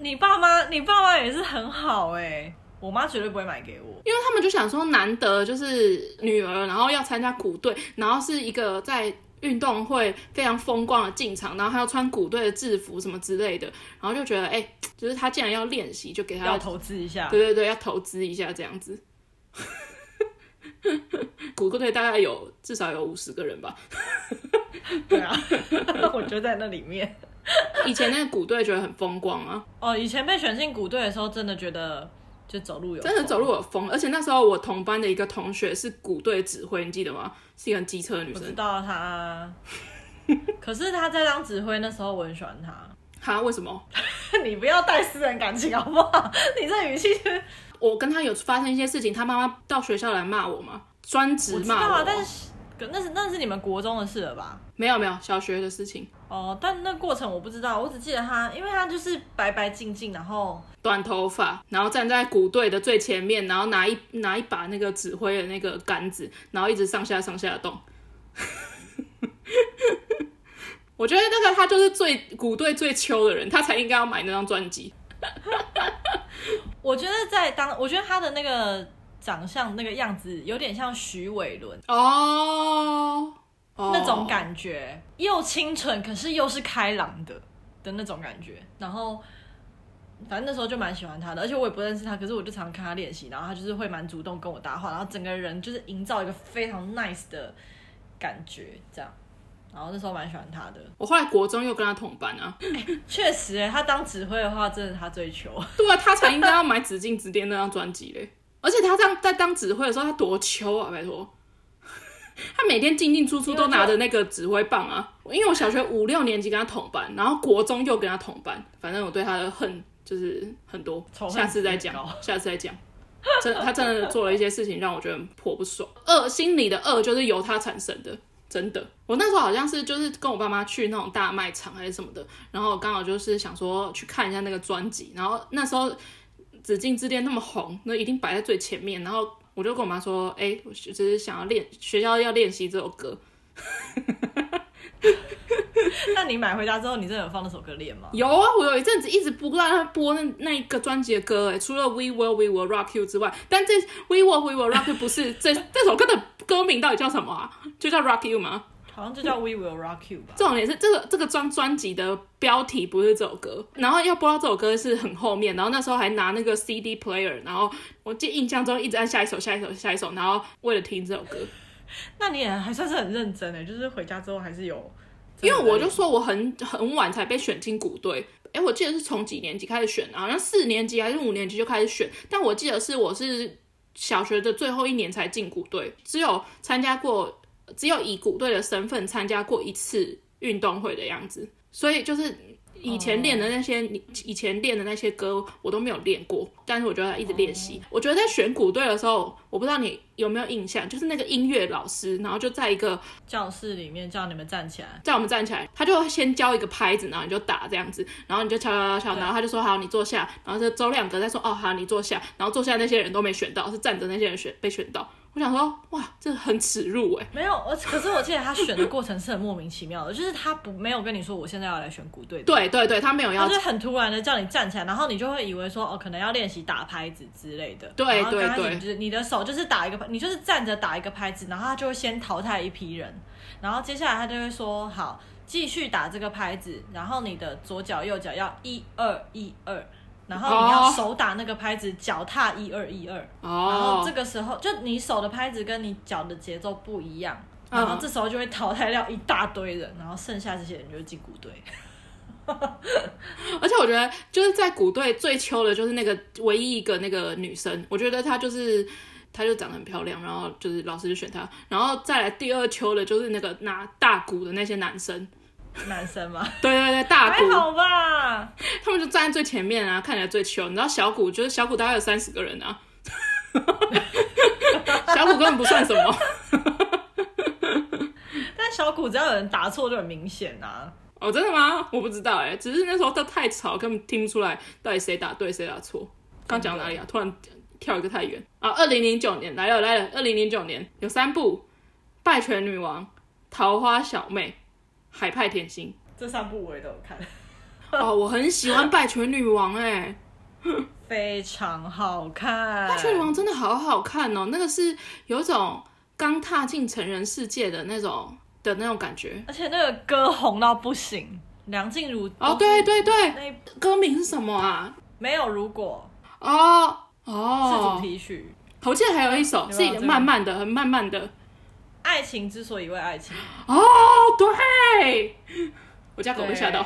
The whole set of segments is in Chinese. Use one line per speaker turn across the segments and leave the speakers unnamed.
你爸妈，你爸妈也是很好哎、我妈绝对不会买给我。
因为他们就想说，难得就是女儿，然后要参加鼓队，然后是一个在运动会非常风光的进场，然后还要穿鼓队的制服什么之类的，然后就觉得，哎、就是他既然要练习，就给他
要投资一下，
对对对，要投资一下这样子。 鼓队大概有至少有五十个人吧。
对啊， 我就在那里面。
以前那个鼓队觉得很风光啊，
哦，以前被选进鼓队的时候，真的觉得就走路有
真的
风
走路有风。而且那时候我同班的一个同学是鼓队指挥，你记得吗？是一个很机车的女
我知
生。
道 他，啊可是他在当指挥那时候，我很喜欢他。
哈，为什么？
你不要带私人感情好不好？ 你这语气就是
我跟他有发生一些事情，他妈妈到学校来骂我嘛，专职
我知道
骂
啊
我，。
但是可那是那是你们国中的事了吧？
没有没有，小学的事情，
哦，但那过程我不知道，我只记得他，因为他就是白白净净，然后
短头发，然后站在鼓队的最前面，然后拿一拿一把那个指挥的那个杆子，然后一直上下上下动。 我觉得那个他就是最鼓队最秋的人，他才应该要买那张专辑。
我觉得在当，我觉得他的那个长相那个样子有点像徐伟伦。
哦，哦
那种感觉，又清纯，可是又是开朗的的那种感觉。然后，反正那时候就蛮喜欢他的，而且我也不认识他，可是我就常看他练习，然后他就是会蛮主动跟我搭话，然后整个人就是营造一个非常 nice 的感觉，这样。然后那时候蛮喜欢他的，
我后来国中又跟他同班啊，
确实、欸，他当指挥的话，真的他追求。
对啊，他才应该要买《紫禁之巅》那张专辑嘞。而且他当在当指挥的时候，他多秋啊，拜托。 他每天进进出出都拿着那个指挥棒啊，因为我小学五六年级跟他同班，然后国中又跟他同班，反正我对他的恨就是很多
仇。恨
下次再讲
值很高，
下次再讲。真他真的做了一些事情让我觉得很颇不爽，恶心里的恶就是由他产生的，真的。我那时候好像是就是跟我爸妈去那种大卖场还是什么的，然后刚好就是想说去看一下那个专辑，然后那时候《紫禁之巅》那么红，那一定摆在最前面，然后我就跟我妈说，哎、我只是想要练学校要练习这首歌，
那你买回家之后，你真的有放那首歌练吗？
有啊，我有一阵子一直不让他播那那一个专辑的歌，哎，除了 We Will We Will Rock You 之外，但这 We Will We Will Rock You 不是这这首歌的歌名到底叫什么啊？就叫 Rock You 吗？
好像就叫 We Will Rock You 吧。
重点是这个这个专专辑的标题不是这首歌，然后要播到这首歌是很后面，然后那时候还拿那个 CD player，然后我记印象中一直按下一首下一首下一首，然后为了听这首歌，
那你也还算是很认真诶、欸就是回家之后还是有真
因
的在练。
为我就说我很很晚才被选进鼓队，哎，我记得是从几年级开始选啊，好像四年级还是五年级就开始选，但我记得是我是小学的最后一年才进鼓队，只有参加过，只有以鼓队的身份参加过一次运动会的样子，所以就是。以前练的那些你以前练的那些歌，我都没有练过，但是我觉得一直练习。
哦
我觉得在选鼓队的时候，我不知道你有没有印象，就是那个音乐老师，然后就在一个
教室里面叫你们站起来，
叫我们站起来，他就先教一个拍子，然后你就打这样子，然后你就敲敲敲敲，
对
然后他就说好，你坐下，然后这周亮哥再说哦好，你坐下，然后坐下那些人都没选到，是站着那些人选被选到。我想说，哇，这很耻辱哎、
没有，我可是我记得他选的过程是很莫名其妙的，就是他不没有跟你说我现在要来选鼓队的，
对对对，他没有
他
要
就，很突然的叫你站起来，然后你就会以为说哦，可能要练习打拍子之类的。
对
然后刚
对
开始
对
就是你的手就是打一个拍，你就是站着打一个拍子，然后他就会先淘汰一批人，然后接下来他就会说好，继续打这个拍子，然后你的左脚右脚要一二一二。然后你要
哦
手打那个拍子，脚踏一二一二，然后
哦
这，个时候就你手的拍子跟你脚的节奏不一样，
嗯
然后这时候就会淘汰掉一大堆人，然后剩下这些人就是进鼓队。
而且我觉得就是在鼓队最秋的就是那个唯一一个那个女生，我觉得她就是。她就长得很漂亮，然后就是老师就选她，然后再来第二秋的就是那个拿大鼓的那些男生，
男生嘛，
对对对，大
还
鼓，
好吧？
他们就站在最前面啊，看起来最穷。你知道小谷就是小谷大概有三十个人啊， 小谷根本不算什么。
但小鼓只要有人答错就很明显啊。
哦，真的吗？我不知道哎、只是那时候都太吵，根本听不出来到底谁打对谁打错。刚讲到哪里啊？突然跳一个太远啊！二零零九年来了来了，二零零九年有三部《拜权女王》《桃花小妹》《海派甜心》。
这三部我也都有看，
哦，我很喜欢《拜权女王、哎，
非常好看。
《拜权女王》真的好好看哦，那个是有一种刚踏进成人世界的那种的那种感觉。
而且那个歌红到不行，梁静茹
哦，对对对，
那一
歌名是什么啊？
没有如果
哦
是
哦
主，题曲，
我记得还有一首
有
是
没有
一个
这个
慢慢的，很慢慢的。
爱情之所以为爱情，
哦，对，我家狗被吓到。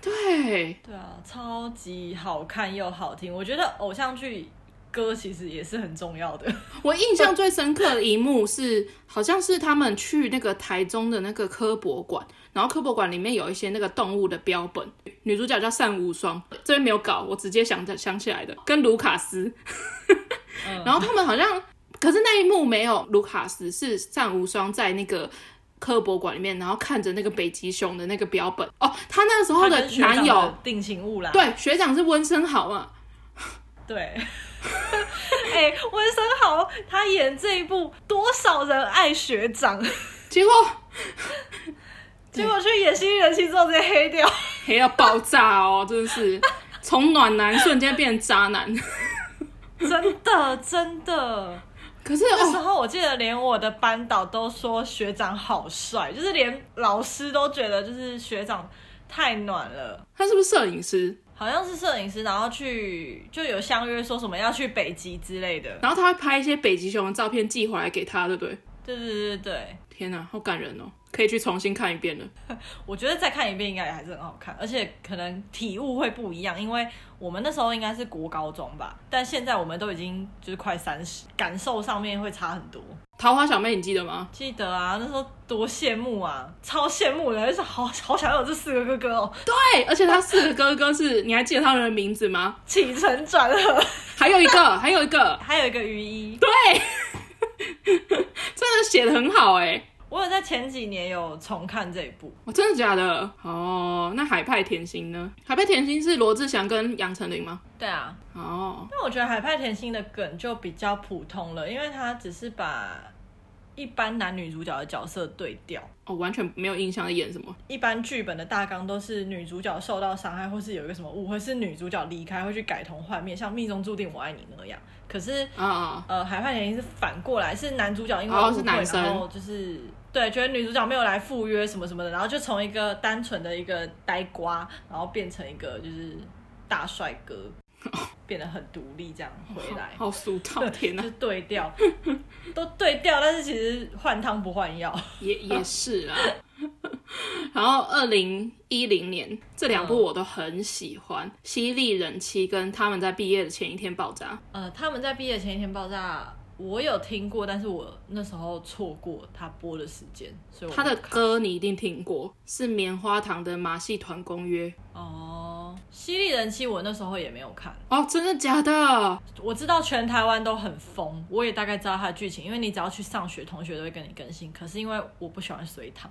对，
对啊，超级好看又好听。我觉得偶像剧歌其实也是很重要的。
我印象最深刻的一幕是，好像是他们去那个台中的那个科博馆，然后科博馆里面有一些那个动物的标本，女主角叫单无双，这边没有搞，我直接想想起来的，跟卢卡斯，
嗯
然后他们好像，可是那一幕没有卢卡斯，是单无双在那个。科博馆里面，然后看着那个北极熊的那个标本哦，她那个时候
他
的
跟学长
男友，
定情物啦，
对学长是温升豪啊嘛，
对。 哎、温升豪他演这一部，多少人爱学长，
结果
结果去演《新人妻》之后直接黑掉。
黑到爆炸哦，真的是从暖男瞬间变渣男。
真的，真的。
可是
那时
哦，
候我记得连我的班导都说学长好帅，就是连老师都觉得就是学长太暖了。
他是不是摄影师？
好像是摄影师，然后去就有相约说什么要去北极之类的。
然后他会拍一些北极熊的照片寄回来给他，对不对？
对对对对对，
天哪，好感人哦！可以去重新看一遍了。
我觉得再看一遍应该也还是很好看，而且可能体悟会不一样，因为我们那时候应该是国高中吧，但现在我们都已经就是快三十，感受上面会差很多。
桃花小妹，你记得吗？
记得啊，那时候多羡慕啊，超羡慕的，就是好好想有这四个哥哥哦，
对，而且他四个哥哥是，你还记得他们的名字吗？
起承转合。
还有一个，还有一个，
还有一个雨衣，
对，真的写的很好哎、
我有在前几年有重看这一部，
我、真的假的？哦，那海派甜心呢？海派甜心是罗志祥跟杨丞琳吗？
对啊，
哦，
但我觉得海派甜心的梗就比较普通了，因为他只是把一般男女主角的角色对调。
哦，完全没有印象在演什么。
一般剧本的大纲都是女主角受到伤害，或是有一个什么误会，是女主角离开会去改头换面，像《命中注定我爱你》那样。可是，
啊、
呃，海派甜心是反过来，是男主角因为误
哦
会，
是男生
然后就是呃对，觉得女主角没有来赴约什么什么的，然后就从一个单纯的一个呆瓜，然后变成一个就是大帅哥， 变得很独立，这样回来。
好俗套，天哪
就！是对调， 都对调，但是其实换汤不换药。
也也是啦。 然后二零一零年这
嗯
两部我都很喜欢，犀利人妻》跟他们在毕业的前一天爆炸。
呃，他们在毕业前一天爆炸，我有听过，但是我那时候错过他播的时间，所哦以我
他的歌你一定听过，是棉花糖的《马戏团公约》。
哦，《犀利人妻》我那时候也没有看，
哦，真的假的？
我知道全台湾都很疯，我也大概知道它的剧情，因为你只要去上学，同学都会跟你更新。可是因为我不喜欢隋 唐，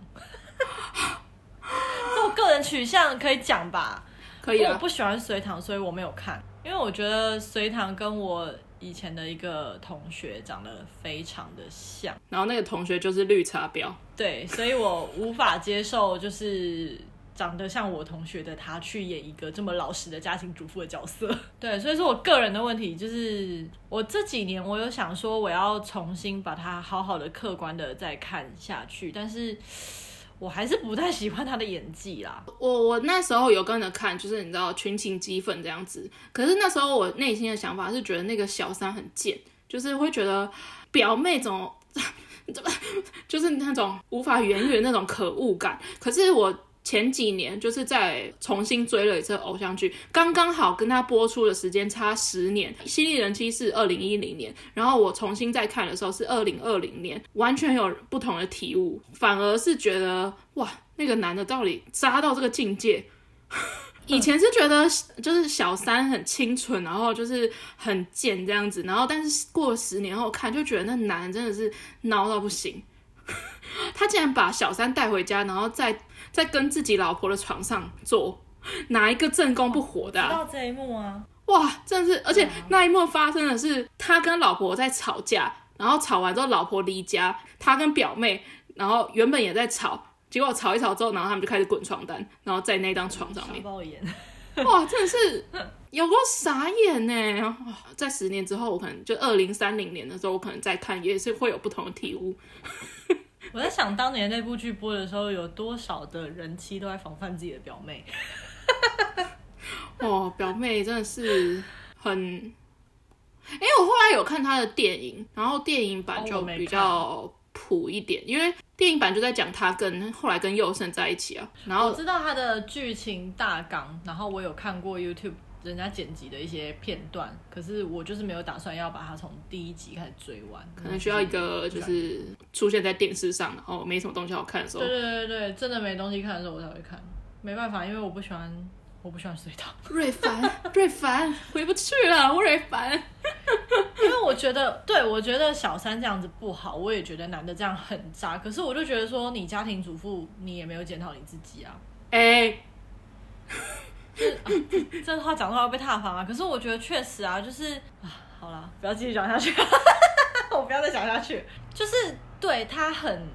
这我个人取向可以讲吧，
可以
哦因为我
啊。
不喜欢隋唐，所以我没有看，因为我觉得隋唐跟我以前的一个同学长得非常的像。
然后那个同学就是绿茶婊。
对，所以我无法接受，就是长得像我同学的他去演一个这么老实的家庭主妇的角色。 对，所以说我个人的问题就是，我这几年我有想说我要重新把它好好的、客观的再看下去，但是我还是不太喜欢他的演技 啦。
我我那时候有跟着看，就是你知道群情激愤这样子。可是那时候我内心的想法是觉得那个小三很贱，就是会觉得表妹怎么 怎么就是那种无法言喻的那种可恶感。可是我前几年就是在重新追了一次偶像剧，刚刚好跟它播出的时间差十年，《犀利人妻》是二零一零年，然后我重新再看的时候是二零二零年，完全有不同的体悟，反而是觉得哇，那个男的到底渣到这个境界。以前是觉得就是小三很清纯，然后就是很贱这样子，然后但是过了十年后看，就觉得那男的真的是孬到不行。 他竟然把小三带回家，然后再再跟自己老婆的床上做，哪一个正宫不火的啊、
这一幕啊，
哇，真的是，而且那一幕发生的是他跟老婆在吵架，然后吵完之后老婆离家，他跟表妹，然后原本也在吵，结果吵一吵之后，然后他们就开始滚床单，然后在那张床上
小
面，
爆眼，
哇，真的是有够傻眼呢！哇在十年之后，我可能就二零三零年的时候，我可能再看也是会有不同的体悟。
我在想当年那部剧播的时候，有多少的人妻都在防范自己的表妹，
哦，表妹真的是很。哎、我后来有看她的电影，然后电影版
哦
就
我没
比较普一点，因为电影版就在讲她跟后来跟佑胜在一起啊，然后
我知道它哦的剧情大纲，然后我有看过 YouTube 人家剪辑的一些片段，可是我就是没有打算要把它从第一集开始追完，
可能需要一
嗯
个就是出现在电视上，然后没什么东西好看的时候
对，对对对，真的没东西看的时候我才会看，没办法，因为我不喜欢我不喜欢隋 唐，
瑞凡，瑞凡回不去了，瑞凡。
因为我觉得对我觉得小三这样子不好，我也觉得男的这样很渣，可是我就觉得说你家庭主妇你也没有检讨你自己啊，
哎、
这话讲出来会被踏伐吗？可是我觉得确实啊，就是啊，好啦，不要继续讲下去， 我不要再讲下去。就是对他很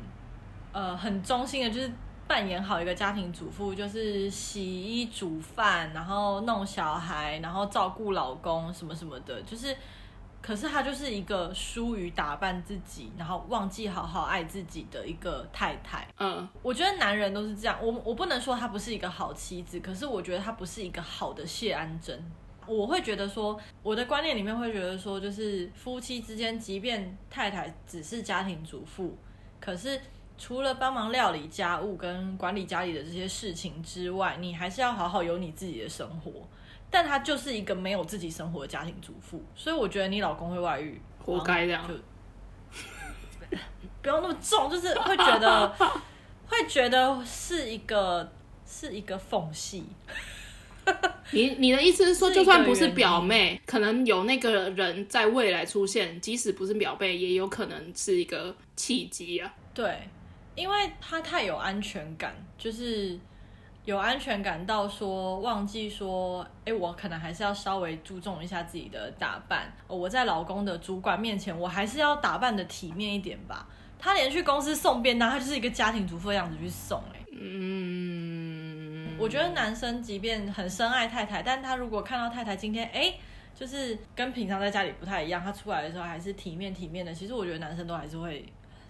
呃很忠心的，就是扮演好一个家庭主妇，就是洗衣煮饭，然后弄小孩，然后照顾老公什么什么的，就是。可是她就是一个疏于打扮自己，然后忘记好好爱自己的一个太太。
嗯，
我觉得男人都是这样，我我不能说他不是一个好妻子，可是我觉得他不是一个好的谢安贞。我会觉得说，我的观念里面会觉得说，就是夫妻之间，即便太太只是家庭主妇，可是除了帮忙料理家务跟管理家里的这些事情之外，你还是要好好有你自己的生活。但她就是一个没有自己生活的家庭主妇，所以我觉得你老公会外遇，
活该这样。
就不要那么重，就是会觉得会觉得是一个是一个缝隙，
你你的意思是说，
是一
就算
个
不是
原因
表妹，可能有那个人在未来出现，即使不是表妹，也有可能是一个契机啊。
对，因为他太有安全感，就是有安全感到说忘记说，哎、我可能还是要稍微注重一下自己的打扮。哦我在老公的主管面前，我还是要打扮的体面一点吧。他连去公司送便当，他就是一个家庭主妇的样子去送、哎。
嗯，
我觉得男生即便很深爱太太，但他如果看到太太今天哎、诶就是跟平常在家里不太一样，他出来的时候还是体面体面的。其实我觉得男生都还是会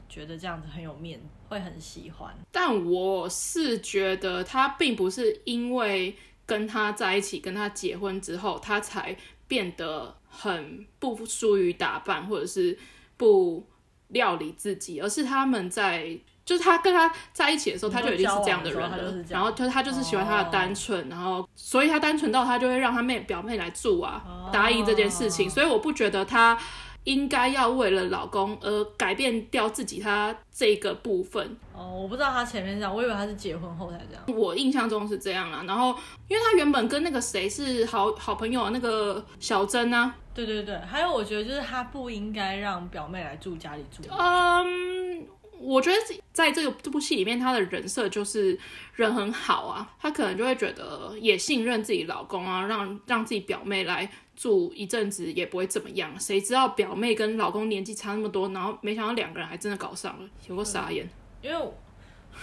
觉得这样子很有面，会很喜欢。
但我是觉得他并不是因为跟他在一起、跟他结婚之后，他才变得很不疏于打扮，或者是不料理自己，而是他们在。就是他跟他在一起的时候，
你
他
说
就已经是这样的人
交往的时候他就是
了。
这
然
样
后就他就是喜欢他的单纯，然后所以他单纯到他就会让他妹表妹来住啊，答应这件事情。所以我不觉得他应该要为了老公而改变掉自己他这个部分，
哦，我不知道他前面这样，我以为他是结婚后才这样。
我印象中是这样啦。然后，因为他原本跟那个谁是好好朋友啊，那个小珍啊，
对对对，还有我觉得就是他不应该让表妹来住家里住。
嗯，我觉得在这个这部戏里面，她的人设就是人很好啊，她可能就会觉得也信任自己老公啊，让让自己表妹来。住一阵子也不会怎么样，谁知道表妹跟老公年纪差那么多，然后没想到两个人还真的搞上了，有个傻眼。
因为我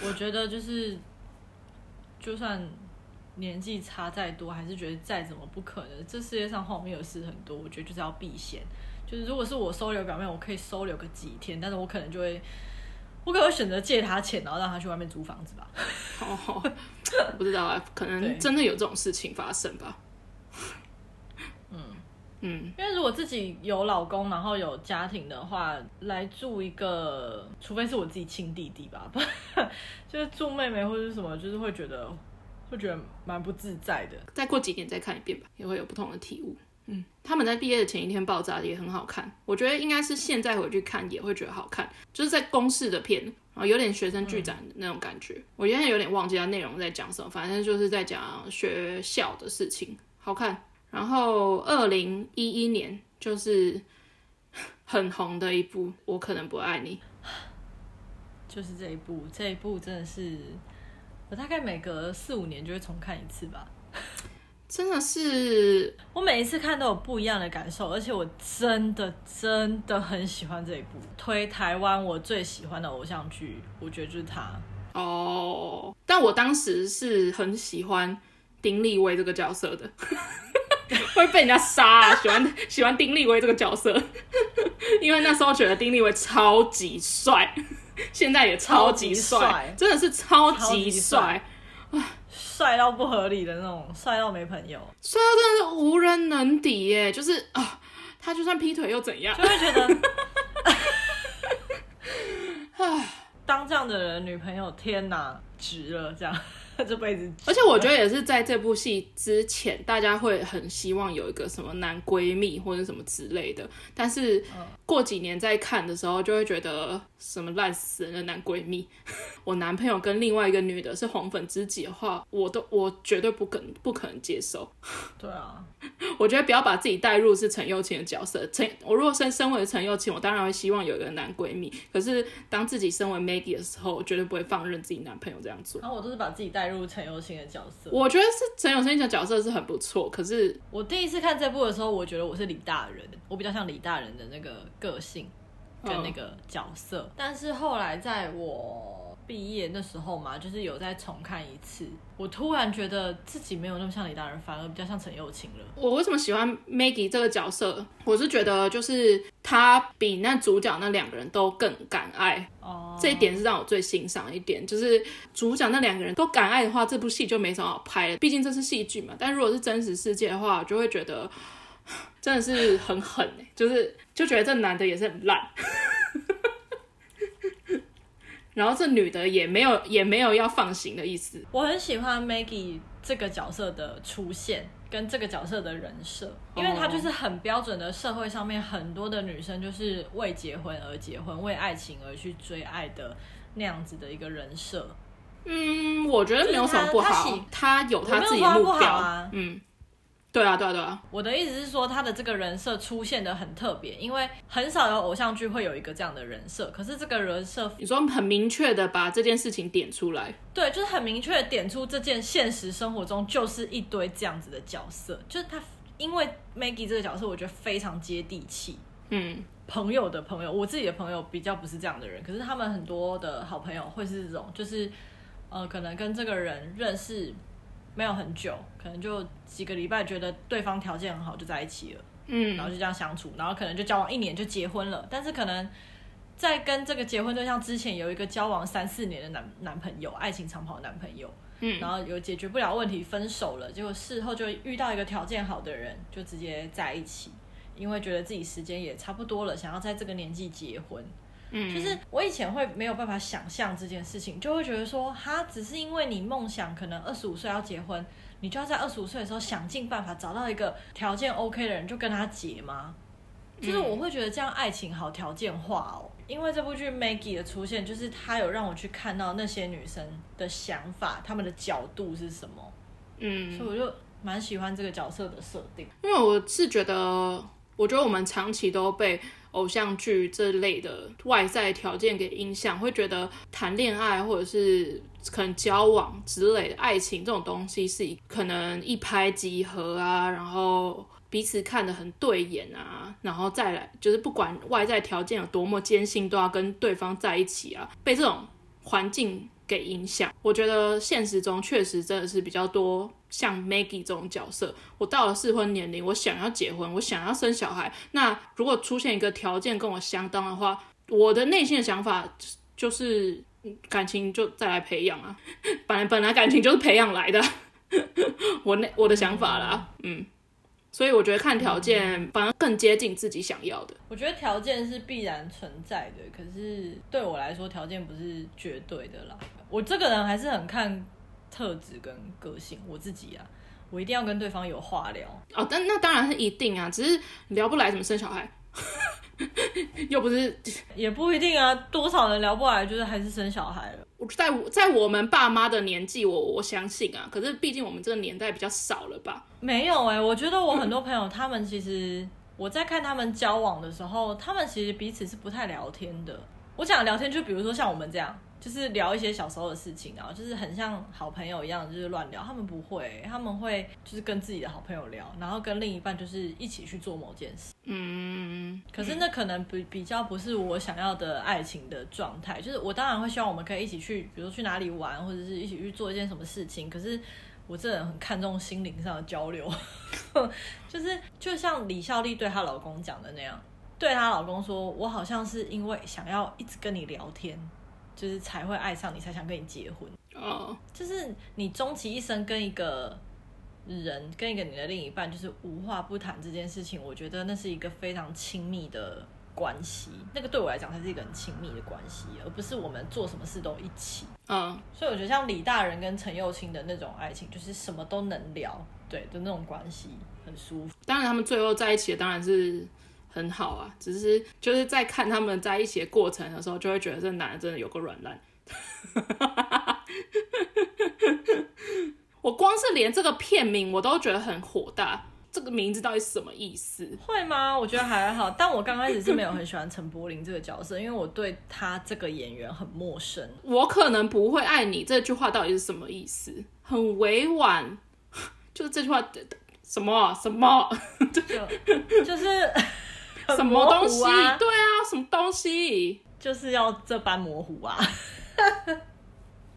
我觉得就是，就算年纪差再多，还是觉得再怎么不可能，这世界上荒谬的事很多，我觉得就是要避嫌。就是如果是我收留表妹，我可以收留个几天，但是我可能就会，我可能会选择借她钱，然后让她去外面租房子吧。
哦，我不知道啊，可
对
能真的有这种事情发生吧。嗯
因为如果自己有老公，然后有家庭的话，来住一个，除非是我自己亲弟弟吧，不然 就是住妹妹或者是什么，就是会觉得会觉得蛮不自在的。
再过几年再看一遍吧，也会有不同的体悟。嗯，他们在毕业的前一天爆炸也很好看，我觉得应该是现在回去看也会觉得好看，就是在公式的片，然后有点学生剧展的那种感觉。我现在有点忘记它内容在讲什么，反正就是在讲学校的事情，好看。然后二零一一年就是很红的一部《我可能不爱你》，
就是这一部，这一部真的是，我大概每隔四五年就会重看一次吧。
真的是
我每一次看都有不一样的感受，而且我真的真的很喜欢这一部。推台湾我最喜欢的偶像剧，我觉得就是它。
哦，但我当时是很喜欢丁立威这个角色的， 会被人家杀、啊，喜欢喜欢丁立威这个角色， 因为那时候觉得丁立威超级帅，现在也超
超级
级帅
帅，
真的是超
超
级
级
帅
帅，帅到不合理的那种，帅到没朋友，
帅到真的是无人能敌耶！就是啊、他就算劈腿又怎样
就？会觉得，当这样的人女朋友，天哪，值了，这样 这辈子值
而且我觉得也是在这部戏之前，大家会很希望有一个什么男闺蜜或者什么之类的，但是过几年再看的时候，就会觉得什么烂死人的男闺蜜。 我男朋友跟另外一个女的是红粉知己的话，我都我绝对不肯不可能接受。
对啊，
我觉得不要把自己带入是陈幼卿的角色。陈，我如果身身为陈幼卿，我当然会希望有一个男闺蜜。可是当自己身为 Maggie 的时候，我绝对不会放任自己男朋友这样做。
然后我都是把自己带入陈友新的角色。
我觉得是陈永生的角色是很不错，可是
我第一次看这部的时候，我觉得我是李大人，我比较像李大人的那个个性跟那个角色。但是后来在我毕业那时候嘛，就是有再重看一次，我突然觉得自己没有那么像李大人，反而比较像陈幼卿了。
我为什么喜欢 Maggie 这个角色？我是觉得就是她比那主角那两个人都更敢爱，
哦，
这一点是让我最欣赏的一点。就是主角那两个人都敢爱的话，这部戏就没什么好拍的，毕竟这是戏剧嘛。但如果是真实世界的话，我就会觉得 真的是很狠、欸，就是就觉得这男的也是很烂。 然后这女的也没有也没有要放行的意思，
我很喜欢 Maggie 这个角色的出现。跟这个角色的人设，因为她就是很标准的社会上面很多的女生就是为结婚而结婚，为爱情而去追爱的那样子的一个人设。
嗯，我觉得没有什么不好，
就是
他有他自己的
我没有
目
说他不
标，
好啊
嗯，对啊，对啊，对啊，
我的意思是说，他的这个人设出现的很特别，因为很少有偶像剧会有一个这样的人设。可是这个人设，
你说很明确的把这件事情点出来，
对，就是很明确的点出这件现实生活中就是一堆这样子的角色，就是他因为 Maggie 这个角色，我觉得非常接地气。
嗯，
朋友的朋友，我自己的朋友比较不是这样的人，可是他们很多的好朋友会是这种，就是呃，可能跟这个人认识没有很久，可能就几个礼拜，觉得对方条件很好就在一起了。然
嗯，
后就这样相处，然后可能就交往一年就结婚了，但是可能在跟这个结婚对象之前有一个交往三四年的男男朋友，爱情长跑的男朋友，
嗯
然后有解决不了问题分手了，结果事后就遇到一个条件好的人，就直接在一起，因为觉得自己时间也差不多了，想要在这个年纪结婚。
嗯
就是我以前会没有办法想象这件事情，就会觉得说，哈，只是因为你梦想可能二十五岁要结婚，你就要在二十五岁的时候想尽办法找到一个条件 OK 的人，就跟他结吗？就是我会觉得这样爱情好条件化哦。因为这部剧 Maggie 的出现，就是她有让我去看到那些女生的想法，她们的角度是什么，
嗯，
所以我就蛮喜欢这个角色的设定。
因为我是觉得，我觉得我们长期都被偶像剧这类的外在条件给影响，会觉得谈恋爱或者是可能交往之类的爱情这种东西是一可能一拍即合啊，然后。彼此看得很对眼啊，然后再来就是不管外在条件有多么艰辛，都要跟对方在一起啊。被这种环境给影响。我觉得现实中确实真的是比较多像 Maggie 这种角色。我到了适婚年龄，我想要结婚，我想要生小孩。那如果出现一个条件跟我相当的话，我的内心的想法就是嗯感情就再来培养啊。本来本来感情就是培养来的，我那我的想法啦，嗯。所以我觉得看条件反而更接近自己想要的。
我觉得条件是必然存在的，可是对我来说，条件不是绝对的啦。我这个人还是很看特质跟个性，我自己啊，我一定要跟对方有话聊。
哦，但那当然是一定啊，只是聊不来怎么生小孩， 又不是
也不一定啊，多少人聊不来，就是还是生小孩了。
我在我在我们爸妈的年纪，我我相信啊，可是毕竟我们这个年代比较少了吧？
没有哎、我觉得我很多朋友，他们其实我在看他们交往的时候，他们其实彼此是不太聊天的。我讲的聊天就比如说像我们这样，就是聊一些小时候的事情，然后就是很像好朋友一样，就是乱聊。他们不会，他们会就是跟自己的好朋友聊，然后跟另一半就是一起去做某件事。
嗯，
可是那可能比比较不是我想要的爱情的状态，就是我当然会希望我们可以一起去，比如说去哪里玩，或者是一起去做一件什么事情。可是我这人很看重心灵上的交流， 就是就像李孝利对她老公讲的那样，对她老公说：“我好像是因为想要一直跟你聊天，就是才会爱上你，才想跟你结婚。
哦，
就是你终其一生跟一个人，跟一个你的另一半，就是无话不谈这件事情，我觉得那是一个非常亲密的关系。那个对我来讲，才是一个很亲密的关系，而不是我们做什么事都一起。
嗯，
所以我觉得像李大人跟陈幼卿的那种爱情，就是什么都能聊，对的那种关系，很舒服。
当然他们最后在一起的当然是很好啊，只是就是在看他们在一起的过程的时候，就会觉得这男的真的有个软烂。 我光是连这个片名我都觉得很火大，这个名字到底是什么意思？
会吗？我觉得还好，但我刚开始是没有很喜欢陈柏霖这个角色，因为我对他这个演员很陌生。
我可能不会爱你这句话到底是什么意思？很委婉， 就是这句话什么什么
就就是 很
什么
模
东
糊
西？
啊
对啊，什么东西？
就是要这般模糊啊。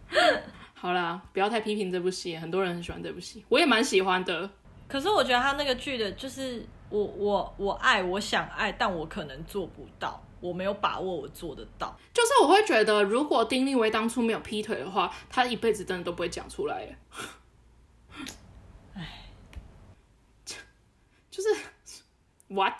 好啦，不要太批评这部戏，很多人很喜欢这部戏，我也蛮喜欢的。
可是我觉得他那个剧的，就是我我我爱我想爱，但我可能做不到，我没有把握我做得到。
就是我会觉得，如果丁立威当初没有劈腿的话，他一辈子真的都不会讲出来耶。唉，就是 what？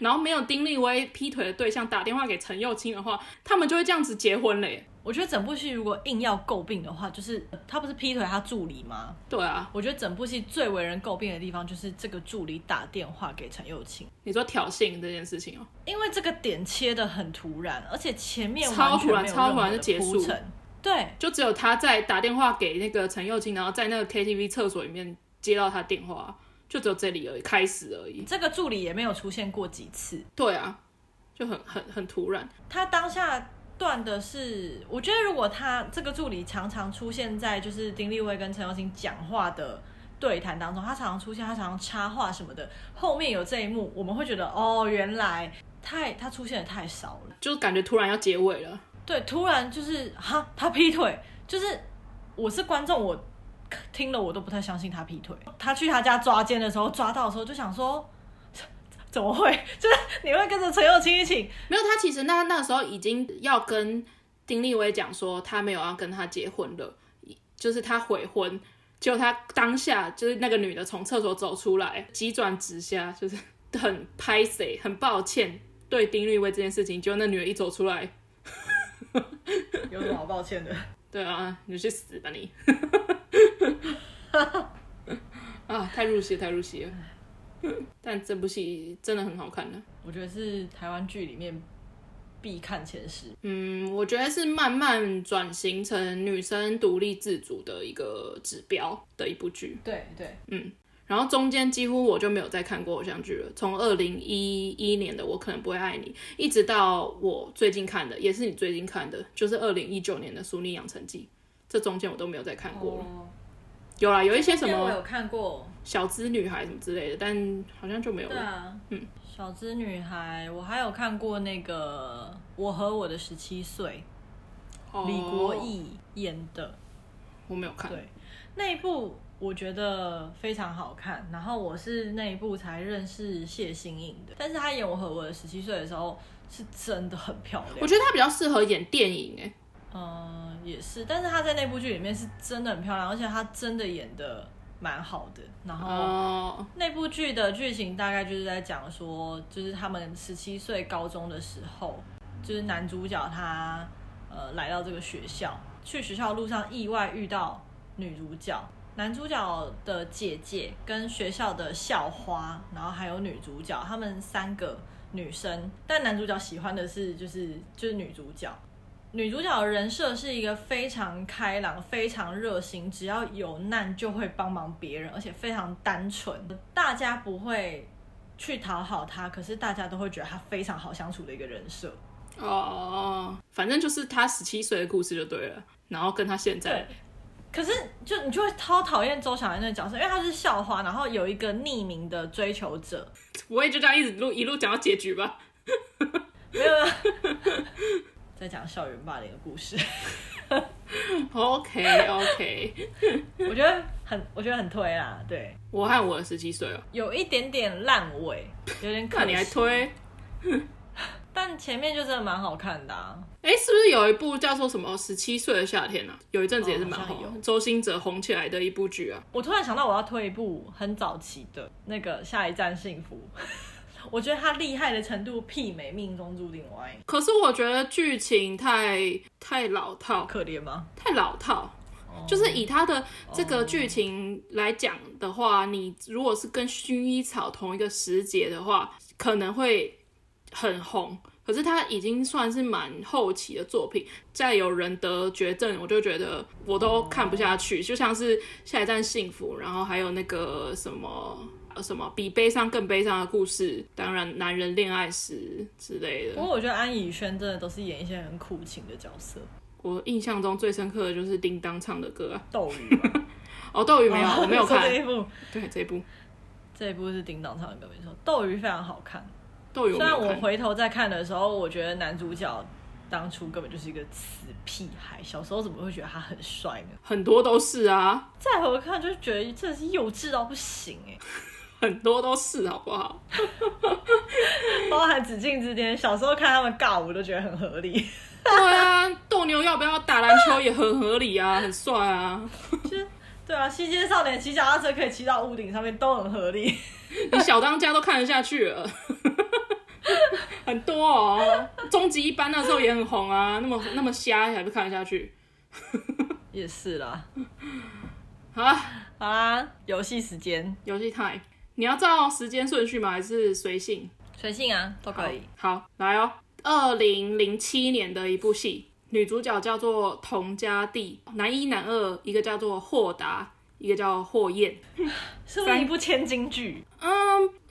然后没有丁立威劈腿的对象打电话给陈幼卿的话，他们就会这样子结婚了耶。
我觉得整部戏如果硬要诟病的话，就是呃他不是劈腿他助理吗？
对啊，
我觉得整部戏最为人诟病的地方就是这个助理打电话给陈幼卿，
你说挑衅这件事情哦、
因为这个点切的很突然，而且前面
超突然
完全没有
超突然
任何的
就结束
铺陈。对，
就只有他在打电话给那个陈幼卿，然后在那个 KTV 厕所里面接到他电话，就只有这里而已，开始而已。
这个助理也没有出现过几次。
对啊，就很很很突然。
他当下断的是，我觉得如果他这个助理常常出现在就是丁立威跟陈友卿讲话的对谈当中，他常常出现，他常常插话什么的，后面有这一幕，我们会觉得哦，原来太他出现的太少了。
就感觉突然要结尾了。
对，突然就是哈，他劈腿，就是我是观众，我听了我都不太相信他劈腿。他去他家抓奸的时候，抓到的时候就想说，怎么会？ 就是你会跟着陈友卿一起，
没有，他其实那那时候已经要跟丁立威讲说他没有要跟他结婚了，就是他悔婚。结果他当下就是那个女的从厕所走出来，急转直下，就是 很拍谁，很抱歉对丁立威这件事情。结果那女的一走出来，
有什么好抱歉的？
对啊，你去死吧你！ 啊，太入戏，太入戏了。 但这部戏真的很好看的。
我觉得是台湾剧里面必看前十。
嗯，我觉得是慢慢转型成女生独立自主的一个指标的一部剧。
对对，
然后中间几乎我就没有再看过偶像剧了，从二零一一年的《我可能不会爱你》，一直到我最近看的，也是你最近看的，就是二零一九年的《淑女养成记》，这中间我都没有再看过了。
哦，
有啦，有一些什
之前我
么
有看过，
小资女孩什么之类的，但好像就没有
对
了。
啊，嗯，小资女孩，我还有看过那个《我和我的十七岁》，
哦
李国毅演的，
我没有看。
对那一部我觉得非常好看，然后我是那一部才认识谢欣颖的，但是她演《我和我的十七岁》的时候是真的很漂亮
我。觉得她比较适合演电影欸诶、
嗯，也是，但是她在那部剧里面是真的很漂亮，而且她真的演的蛮好的。然后
哦，
那部剧的剧情大概就是在讲说，就是他们十七岁高中的时候，就是男主角他呃来到这个学校，去学校的路上意外遇到女主角。男主角的姐姐跟学校的校花，然后还有女主角，他们三个女生，但男主角喜欢的是就是就是女主角，女主角的人设是一个非常开朗、非常热心，只要有难就会帮忙别人，而且非常单纯，大家不会去讨好她，可是大家都会觉得她非常好相处的一个人设。
哦哦，哦反正就是他十七岁的故事就对了，然后跟他现在
对，可是就你就会超讨厌周小燕那个角色，因为她是校花，然后有一个匿名的追求者，
不会就这样一直录一路讲到结局吧？
没有没有在讲校园霸凌的故 事，
OK OK，
我觉得很我觉得很推啦，对，
我和我的十七岁哦，
有一点点烂尾，有点可
那你还
惜，
推？
但前面就真的蛮好看的、啊，
哎、是不是有一部叫做什么《十七岁的夏天》啊？有一阵子也是蛮
哦好像
红的，周星哲红起来的一部剧啊。
我突然想到，我要推一部很早期的那个《下一站幸福》， 我觉得它厉害的程度媲美《命中注定我爱你
可是我觉得剧情太太老》，套，
可怜吗？
太老套。就是以他的哦这个剧情来讲的话，你如果是跟薰衣草同一个时节的话，可能会很红。可是他已经算是蛮后期的作品，再有人得绝症，我就觉得我都看不下去。就像是《下一站幸福》，然后还有那个什么呃什么比悲伤更悲伤的故事，当然男人恋爱时之类的
不。过我觉得安以轩真的都是演一些很苦情的角色，
我印象中最深刻的就是叮当唱的歌、啊。
斗鱼吧
哦，斗鱼 没有，我没有
说这
看。
一部，
对这一部
这一部是叮当唱的歌没错，斗鱼非常好看。
斗鱼我
虽
没
然
有
我
看。
回头再看的时候，我觉得男主角当初根本就是一个死屁孩，小时候怎么会觉得他很帅呢？
很多都是啊，
再回头看就觉得真的是幼稚到不行哎、
很多都是，好不好？
包含紫禁之巅，小时候看他们尬舞都觉得很合理，
对啊，斗牛要不要打篮球也很合理啊， 很帅啊。
就是 对啊，西街少年骑脚踏车可以骑到屋顶上面都很合理。
你小当家都看得下去了， 很多哦。终极一班那时候也很红啊，那么那么瞎还不看得下去
也是啦，
啊？
好啦，游戏时间，
游戏 time，你要照时间顺序吗？还是随性？
随性啊，都可以。
好。好，来哦。二零零七年的一部戏，女主角叫做童佳娣，男一男二，一个叫做霍达，一个叫霍燕。
是不是一部千金剧？
嗯，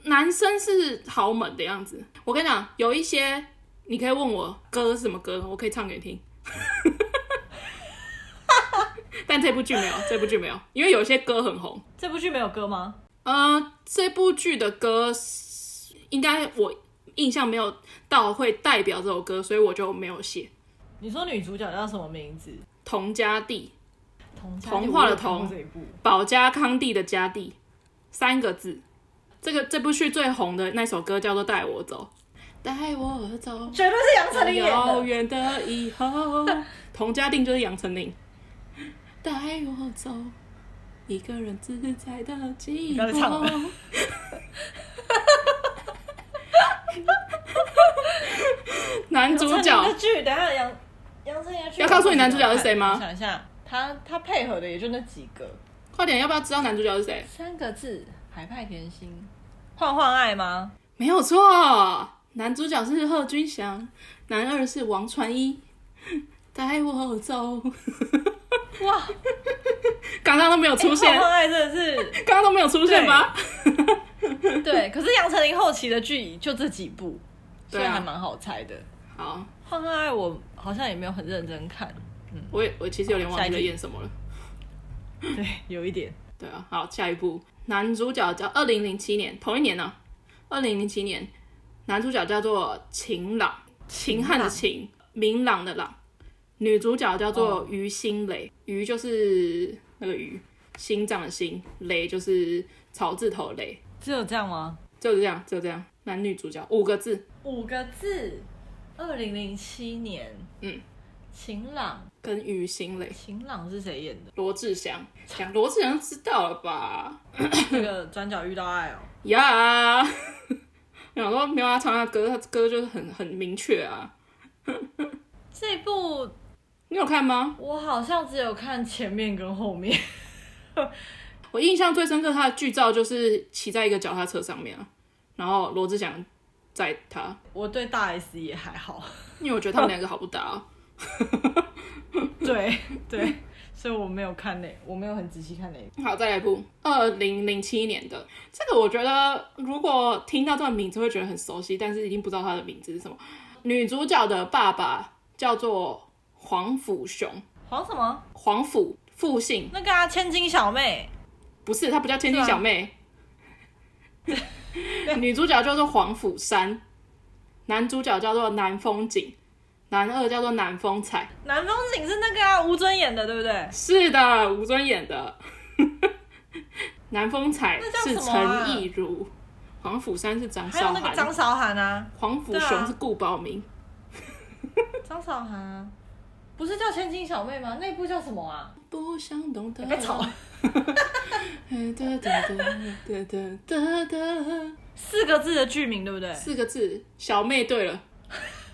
男生是豪门的样子。我跟你讲，有一些你可以问我歌是什么歌，我可以唱给你听。 但这部剧没有，这部剧没有，因为有一些歌很红。
这部剧没有歌吗？
呃，这部剧的歌是应该我印象没有到会代表这首歌，所以我就没有写。
你说女主角叫什么名字？
童家地，
童家
童话
我
的
有看过
童
这一部
保加康帝的家地，三个字。这个这部剧最红的那首歌叫做《带我走》，带我走，
绝对是杨丞琳演
遥
的。
远的以 后。童家定就是杨丞琳。带我走，一个人自在的寂
不要再唱了
寞。 男主
杨丞琳
角
的剧，等一下杨杨丞琳的剧，
要告诉你男主角是谁吗
我想一下，他他配合的也就那几个，
快点，要不要知道男主角是谁？
三个字：海派甜心。换换爱吗？
没有错，男主角是贺军翔，男二是王传一。 带我走，
哇，
刚刚都没有出现，
换换哎爱真的
刚刚都没有出现吧？
是对。可是杨丞琳后期的剧就这几部，所以
对啊
还蛮好猜的。
好，
换换爱我好像也没有很认真 看，
我也我其实有点忘
下
记
一
在
题
演什么了。
对，有一点。
对啊，好，下一部男主角叫二零零七年，同一年呢、2二零零七年，男主角叫做秦朗，秦汉的秦，明朗的朗，女主角叫
哦
做于心蕾，于就是那个于，心脏的心，蕾就是草字头的蕾，
只有这样吗？
就是这样，就这样，男女主角五个字，
五个字，二零零七年，
嗯，
晴朗，
跟于心蕾，？
晴朗是谁演的
罗志祥，讲罗志祥就知道了吧？
那个转角遇到爱哦。
呀、然后没有他唱他歌，他歌就是很很明确啊，
这部
你有看吗？
我好像只有看前面跟后面，
我印象最深刻他的剧照就是骑在一个脚踏车上面啊，然后罗志祥载他，
我对大 S 也还好。
因为我觉得他们两个好不搭、啊。
对对，所以我没有看那，我没有很仔细看那一部。
好，再来一部二零零七年的这个，我觉得如果听到这个名字会觉得很熟悉，但是已经不知道他的名字是什么。女主角的爸爸叫做黄甫雄，
黄什么？
黄甫复姓，
那个啊，千金小妹，
不是，她不叫千金小妹。 女主角叫做黄甫山，男主角叫做南风景，男二叫做南风采。
南风景是那个啊，吴尊演的，对不对？
是的，吴尊演的。南风采
那叫
是
什么啊
陈亦儒，黄甫山是张
还有
韶
那个
涵，
张韶涵啊，
黄甫
对啊
雄是顾宝明。
张韶涵啊，不是叫千金小妹吗？那部叫什么啊？
不想懂得。
别吵，
哒哒哒哒哒哒哒
四个字的剧名，对不对？
四个字，小妹。对了，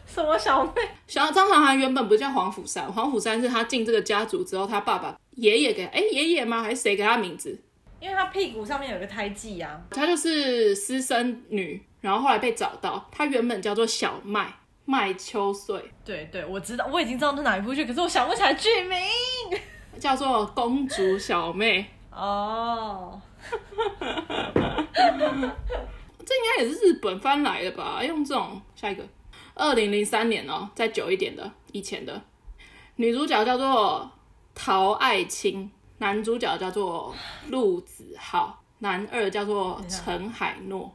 什么小妹？
小张韶涵原本不叫黄甫山，黄甫山是他进这个家族之后，他爸爸爷爷给，哎、爷爷吗？还是谁给他名字？
因为她屁股上面有个胎记啊。
她就是私生女，然后后来被找到，她原本叫做小麦麦秋穗，
对对，我知道，我已经知道那哪一部剧，可是我想不起来剧名。
叫做公主小妹。
哦，
这应该也是日本翻来的吧？用这种下一个，二零零三年哦，再久一点的，以前的女主角叫做陶爱卿，男主角叫做陆子浩，男二叫做陈海诺，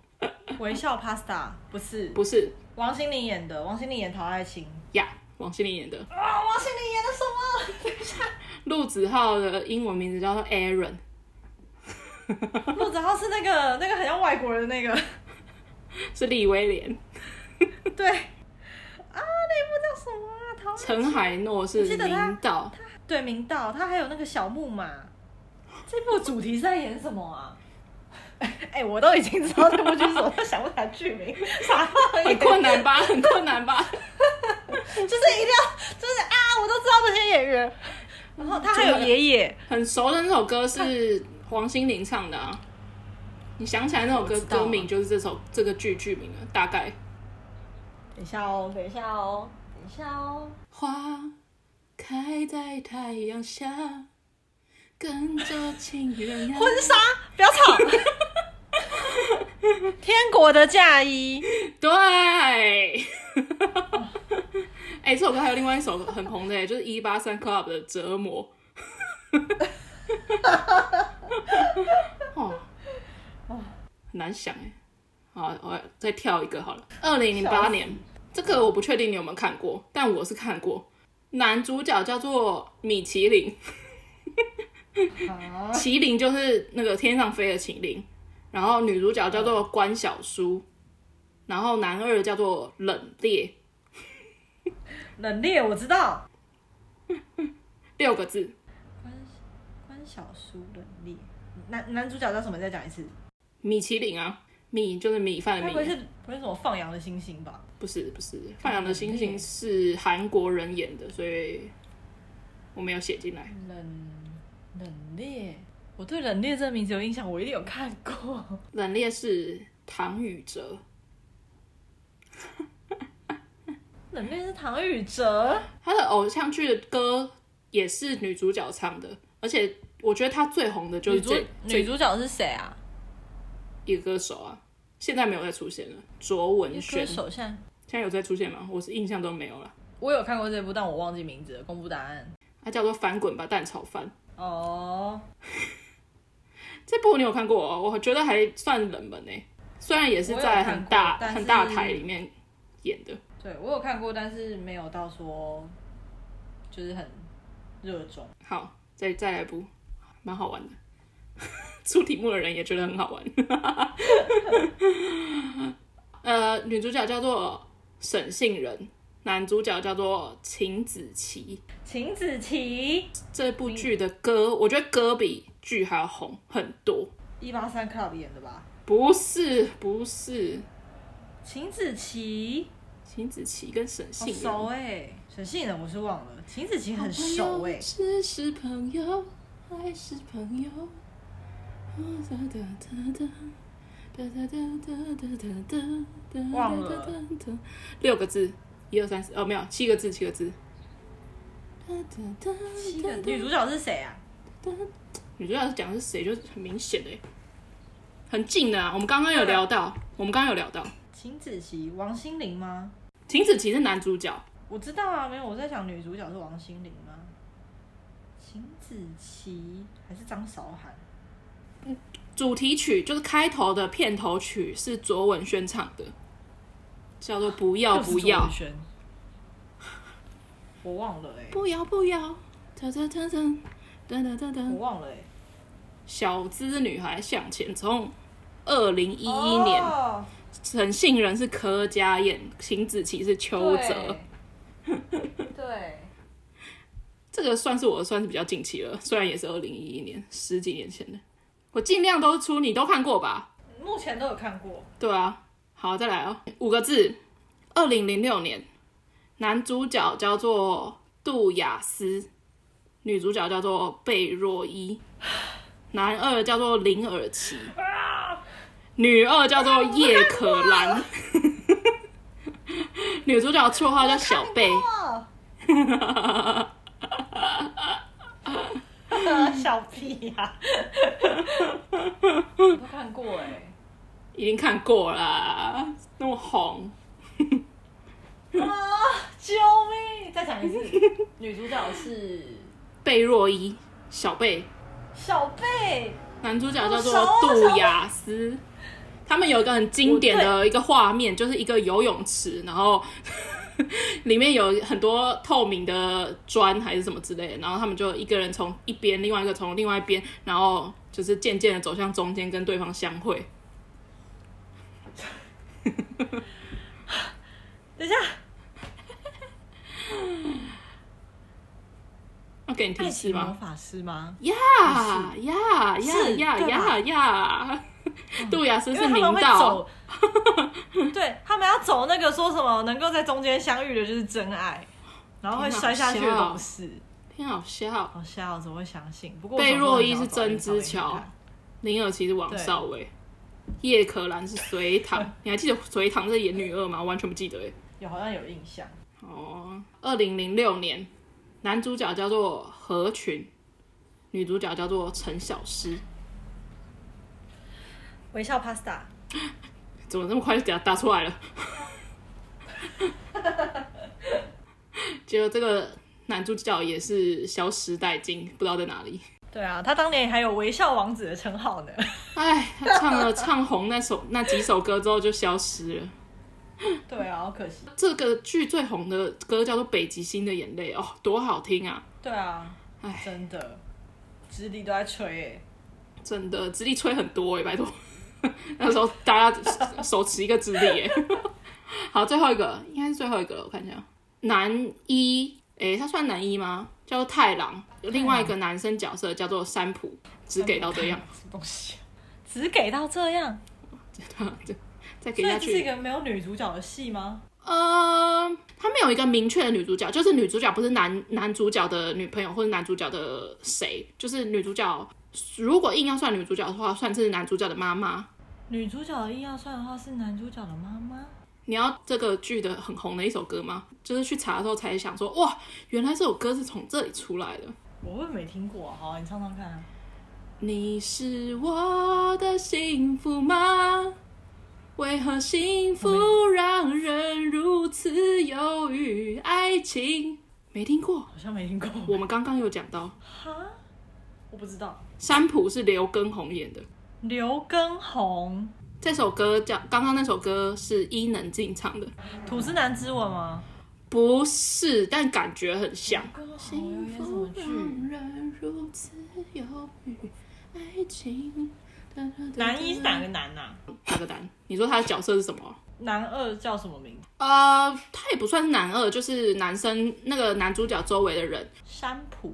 微笑 Pasta 不是
不是
王心凌演的，王心凌演陶爱卿。
呀，王心凌演的。
啊，王心凌演的什么？等一 下，
陆子浩的英文名字叫做 Aaron，
陆子浩是那个那个很像外国人的那个，
是李威廉。
对。啊，那部叫什么啊？陶爱
陈海诺是
我记得他
领导，
对明道，他还有那个小木马。这部主题是在演什么啊？ 哎、我都已经知道这部剧是什么，但想不起来剧名，傻话
很困难吧？很困难吧？
就是一定要，就是啊，我都知道这些演员。然后他还有爷爷，
很熟的那首歌是黄心凌唱的啊。你想起来那首歌
我知道啊
歌名就是这首这个剧剧名了，大概。
等一下哦，等一下哦，等一下哦。
花开在太阳下，跟着情人呀。
婚纱，不要 吵。天国的嫁衣，
对， 哎、这首歌还有另外一首很红的，就是一八三 Club 的《折磨》。 哦，很难想哎。好，我再跳一个好了。二零零八年，这个我不确定你有没有看过，但我是看过。男主角叫做米其林，
啊，
麒麟就是那个天上飞的麒麟，然后女主角叫做关小舒，然后男二叫做冷冽，
冷冽我知道。
六个字。
关关小叔冷冽，男男主角叫什么？再讲一次。
米其林啊，米就是米饭
该
的
不会
米，
是不是什么放羊的星星吧？
不是不是，放羊的星星是韩国人演的，所以我没有写进来。
冷冷冽，我对冷冽这个名字有印象，我一定有看过。
冷冽是唐禹哲，
冷冽是唐禹哲，
他的偶像剧的歌也是女主角唱的，而且我觉得他最红的就是
女主
这
女主角是谁啊？
一个歌手啊，现在没有再出现了，卓文
歌
萱。
手现在
现在有在出现吗？我是印象都没有了。
我有看过这部，但我忘记名字了。公布答案。
它叫做《翻滚吧蛋炒饭
哦，》，
这部你有看过、哦？我觉得还算冷门诶、欸虽然也是在很大
我有看过但是
很大台里面演的。
对我有看过，但是没有到说就是很热衷。
好，再再来一部，蛮好玩的。 出题目的人也觉得很好玩。 呃，女主角叫做沈杏仁，男主角叫做秦子琪。
秦子琪，
这部剧的歌，我觉得歌比剧还要红很多。
一八三 club 演的吧？
不是，不是，
秦子琪，
秦子琪跟沈
好
杏仁
熟哎、沈杏仁我是忘了，秦子琪很熟哎、
只是朋友，还是朋友。啊哒哒哒哒哒哒哒哒哒哒哒哒
忘了
哒哒哒六个字，一二三四，哦，没有，七个字，七个字。哒哒哒
七个女主角是谁啊？
女主角讲的是谁，就是很明显的欸耶，很近的啊。我们刚刚有聊到，我们刚刚有聊到
秦子琪，王心凌吗？
秦子琪是男主角，
我知道啊，没有，我在想女主角是王心凌吗？秦子琪还是张韶涵？
主题曲就是开头的片头曲是卓文萱唱的，叫做《不要
又是
不
卓
要
文萱我忘了哎、
不要不要》，噔噔噔噔噔噔噔
我
噔，
忘了哎、
小资女孩向前冲。二零一一年，
哦
陈信仁是柯佳燕，秦子琪是邱 泽。
对对，
这个算是我算是比较近期了，虽然也是二零一一年，十几年前的。我尽量都出，你都看过吧？
目前都有看过。
对啊，好，再来哦，五个字，二零零六年，男主角叫做杜雅斯，女主角叫做贝若依，男二叫做林尔琪，女二叫做叶可兰，女主角绰号叫小贝。
哦小屁呀、我都看过哎、
已经看过啦，那么红，
啊！救命！再讲一次，女主角是
贝若依，小贝，
小贝，
男主角叫做
好熟啊
杜雅斯。他们有一个很经典
我
的一个画面，就是一个游泳池，然后 里面有很多透明的砖还是什么之类的，然后他们就一个人从一边，另外一个从另外一边，然后就是渐渐的走向中间，跟对方相会。
等一下，
要给你提
爱
示
情魔
吗？
法师吗？
呀呀呀
是
呀
对吧
呀呀！杜雅斯
因
是
为他
明
们会
道。
走，对他们要走那个说什么能够在中间相遇的就是真爱，然后会摔下去的都不是。
天啊好笑！
好笑，怎么会相信？不过
贝
若
洛伊是真之乔，林尔琪是王少伟，叶可兰是隋唐。你还记得隋唐是演女二吗？我完全不记得哎。
有好像有印象。
哦，二零零六年，男主角叫做何群，女主角叫做陈小诗。
微笑 pasta，
怎么这么快就打打出来了？ 结果这个男主角也是消失殆尽，不知道在哪里。
对啊，他当年还有微笑王子的称号呢。
哎，他唱了唱红那首那几首歌之后就消失了。
对啊，好可惜。
这个剧最红的歌叫做《北极星的眼泪》哦，多好听啊！
对啊
唉，
真的，直笛都在吹欸诶、
真的，直立吹很多哎、拜托。 那时候大家手持一个直立哎、 好，最后一个应该是最后一个了，我看一下，男一哎、他算男一吗？叫做太郎，另外一个男生角色叫做三浦，只给到这样，
什么东西、只给到这样，
再给
所以
下
这是一
去。
个没有女主角的戏吗？
呃，他没有一个明确的女主角，就是女主角不是男男主角的女朋友或者男主角的谁，就是女主角。如果硬要算女主角的话，算是男主角的妈妈。
女主角硬要算的话，是男主角的妈妈。
你要这个剧的很红的一首歌吗？就是去查的时候才想说，哇，原来这首歌是从这里出来的。
我会不会没听过、啊？好、啊，你唱唱看、啊。
你是我的幸福吗？为何幸福让人如此犹豫？爱情没听过，
好像没听过。
我们刚刚有讲到，
哈，我不知道。
山浦是刘畊宏演的。
刘畊宏，
这首歌叫刚刚那首歌是伊能静唱的，
吐司男之吻吗？
不是，但感觉很像。
歌好
幸
像
福
有点什么剧？
让人如此犹豫，爱情。
男一是哪个男呐、啊
哪个男？你说他的角色是什么？
男二叫什么名字？
呃，他也不算是男二，就是男生那个男主角周围的人。
山普。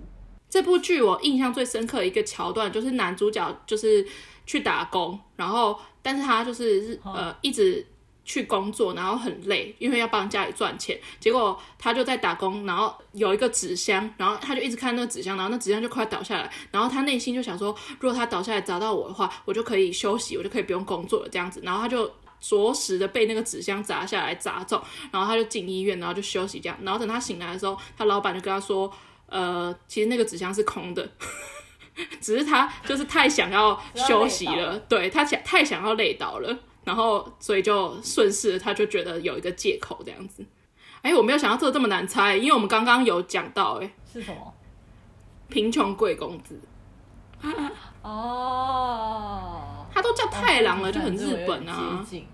这部剧我印象最深刻的一个桥段，就是男主角就是去打工，然后但是他就是
哦
呃一直去工作，然后很累，因为要帮家里赚钱。结果他就在打工，然后有一个纸箱，然后他就一直看那个纸箱，然后那纸箱就快倒下来，然后他内心就想说，如果他倒下来砸到我的话，我就可以休息，我就可以不用工作了这样子。然后他就着实的被那个纸箱砸下来砸中，然后他就进医院，然后就休息这样。然后等他醒来的时候，他老板就跟他说，呃，其实那个纸箱是空的。只是他就是太想 要休息
不要累倒
了，对他想太想要累倒了，然后所以就顺势他就觉得有一个借口这样子。哎、我没有想到这这么难猜，因为我们刚刚有讲到、哎，
是什么？
贫穷贵公子，
哦，
他都叫哦太郎了，就很
这
日
我有
本
点
啊
接。近。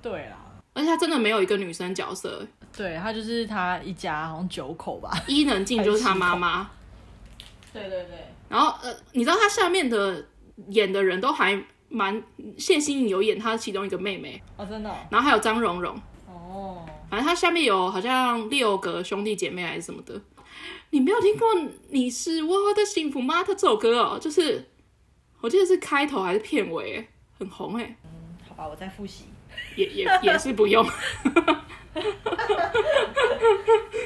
对啦，
而且他真的没有一个女生角色，
对他就是他一家好像九口吧。
伊能静就是他妈妈。
对对对，
然后呃，你知道他下面的演的人都还蛮，谢欣颖有演她其中一个妹妹，
哦，真的
然后还有张荣荣，
哦，
反正他下面有好像六个兄弟姐妹还是什么的。你没有听过《你是我的幸福吗》他这首歌哦，就是我记得是开头还是片尾耶，很红哎，
好吧，我再复习。
也也也是不用，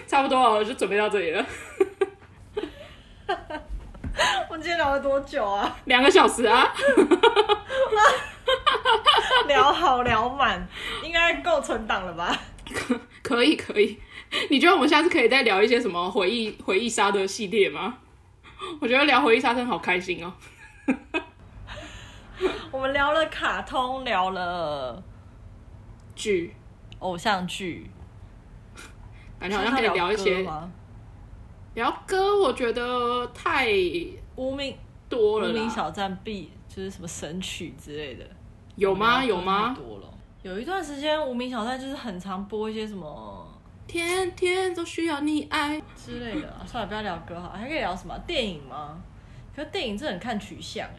差不多了，我就准备到这里了，
我们今天聊了多久 啊？
两个小时啊，
聊好聊满，应该够存档了吧？
可以可以。你觉得我们下次可以再聊一些什么回忆回忆杀的系列吗？我觉得聊回忆杀真的好开心哦。
我们聊了卡通，聊了
剧
偶像剧，
感觉好像可以
聊
聊一些
歌吗？
聊歌，我觉得太
无名
多
无
了
名
啦。
小站必就是什么神曲之类的，
有吗？有
太
吗？
多了。有一段时间，无名小站就是很常播一些什么
天天都需要你爱。
之类 的、啊。算了，不要聊歌好，还可以聊什么电影吗？可是电影这很看取向哎、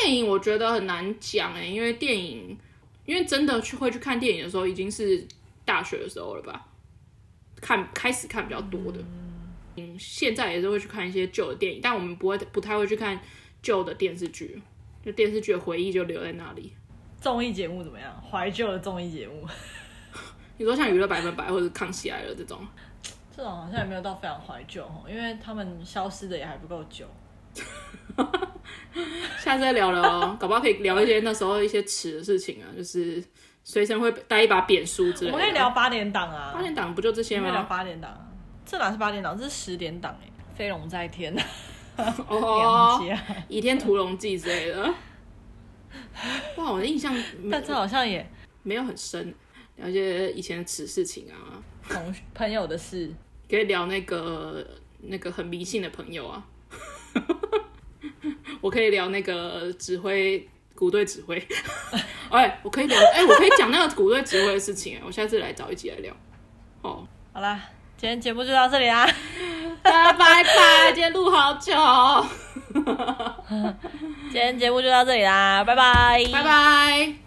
电影我觉得很难讲哎、因为电影，因为真的去会去看电影的时候，已经是大学的时候了吧？看开始看比较多的，嗯，现在也是会去看一些旧的电影，但我们不会不太会去看旧的电视剧，就电视剧的回忆就留在那里。
综艺节目怎么样？怀旧的综艺节目，
你说像《娱乐百分百》或者《康熙来了》这种，
这种好像也没有到非常怀旧哦，因为他们消失的也还不够久。
下次再聊聊哦，搞不好可以聊一些那时候一些耻的事情啊，就是随身会带一把扁书之
我
类的。
们可以聊八点档啊，
八点档不就这些
因为聊
吗？
八点档啊，这哪是八点档，这是十点档哎、飞龙在天，啊
哦
梁，家，
《倚天屠龙记》之类的。哇，我的印象没
但这好像也
没有很深，聊一些以前的耻事情啊，
同朋友的事，
可以聊那个那个很迷信的朋友啊。 我可以聊那个指挥鼓队指 挥，哎、我可以聊，哎、我可以讲那个鼓队指挥的事情、哎，我下次来找一集来聊。哦，
好啦，今天节目就到这里啦，
大家 拜拜，今天录好久，
今天节目就到这里啦，拜拜，
拜拜。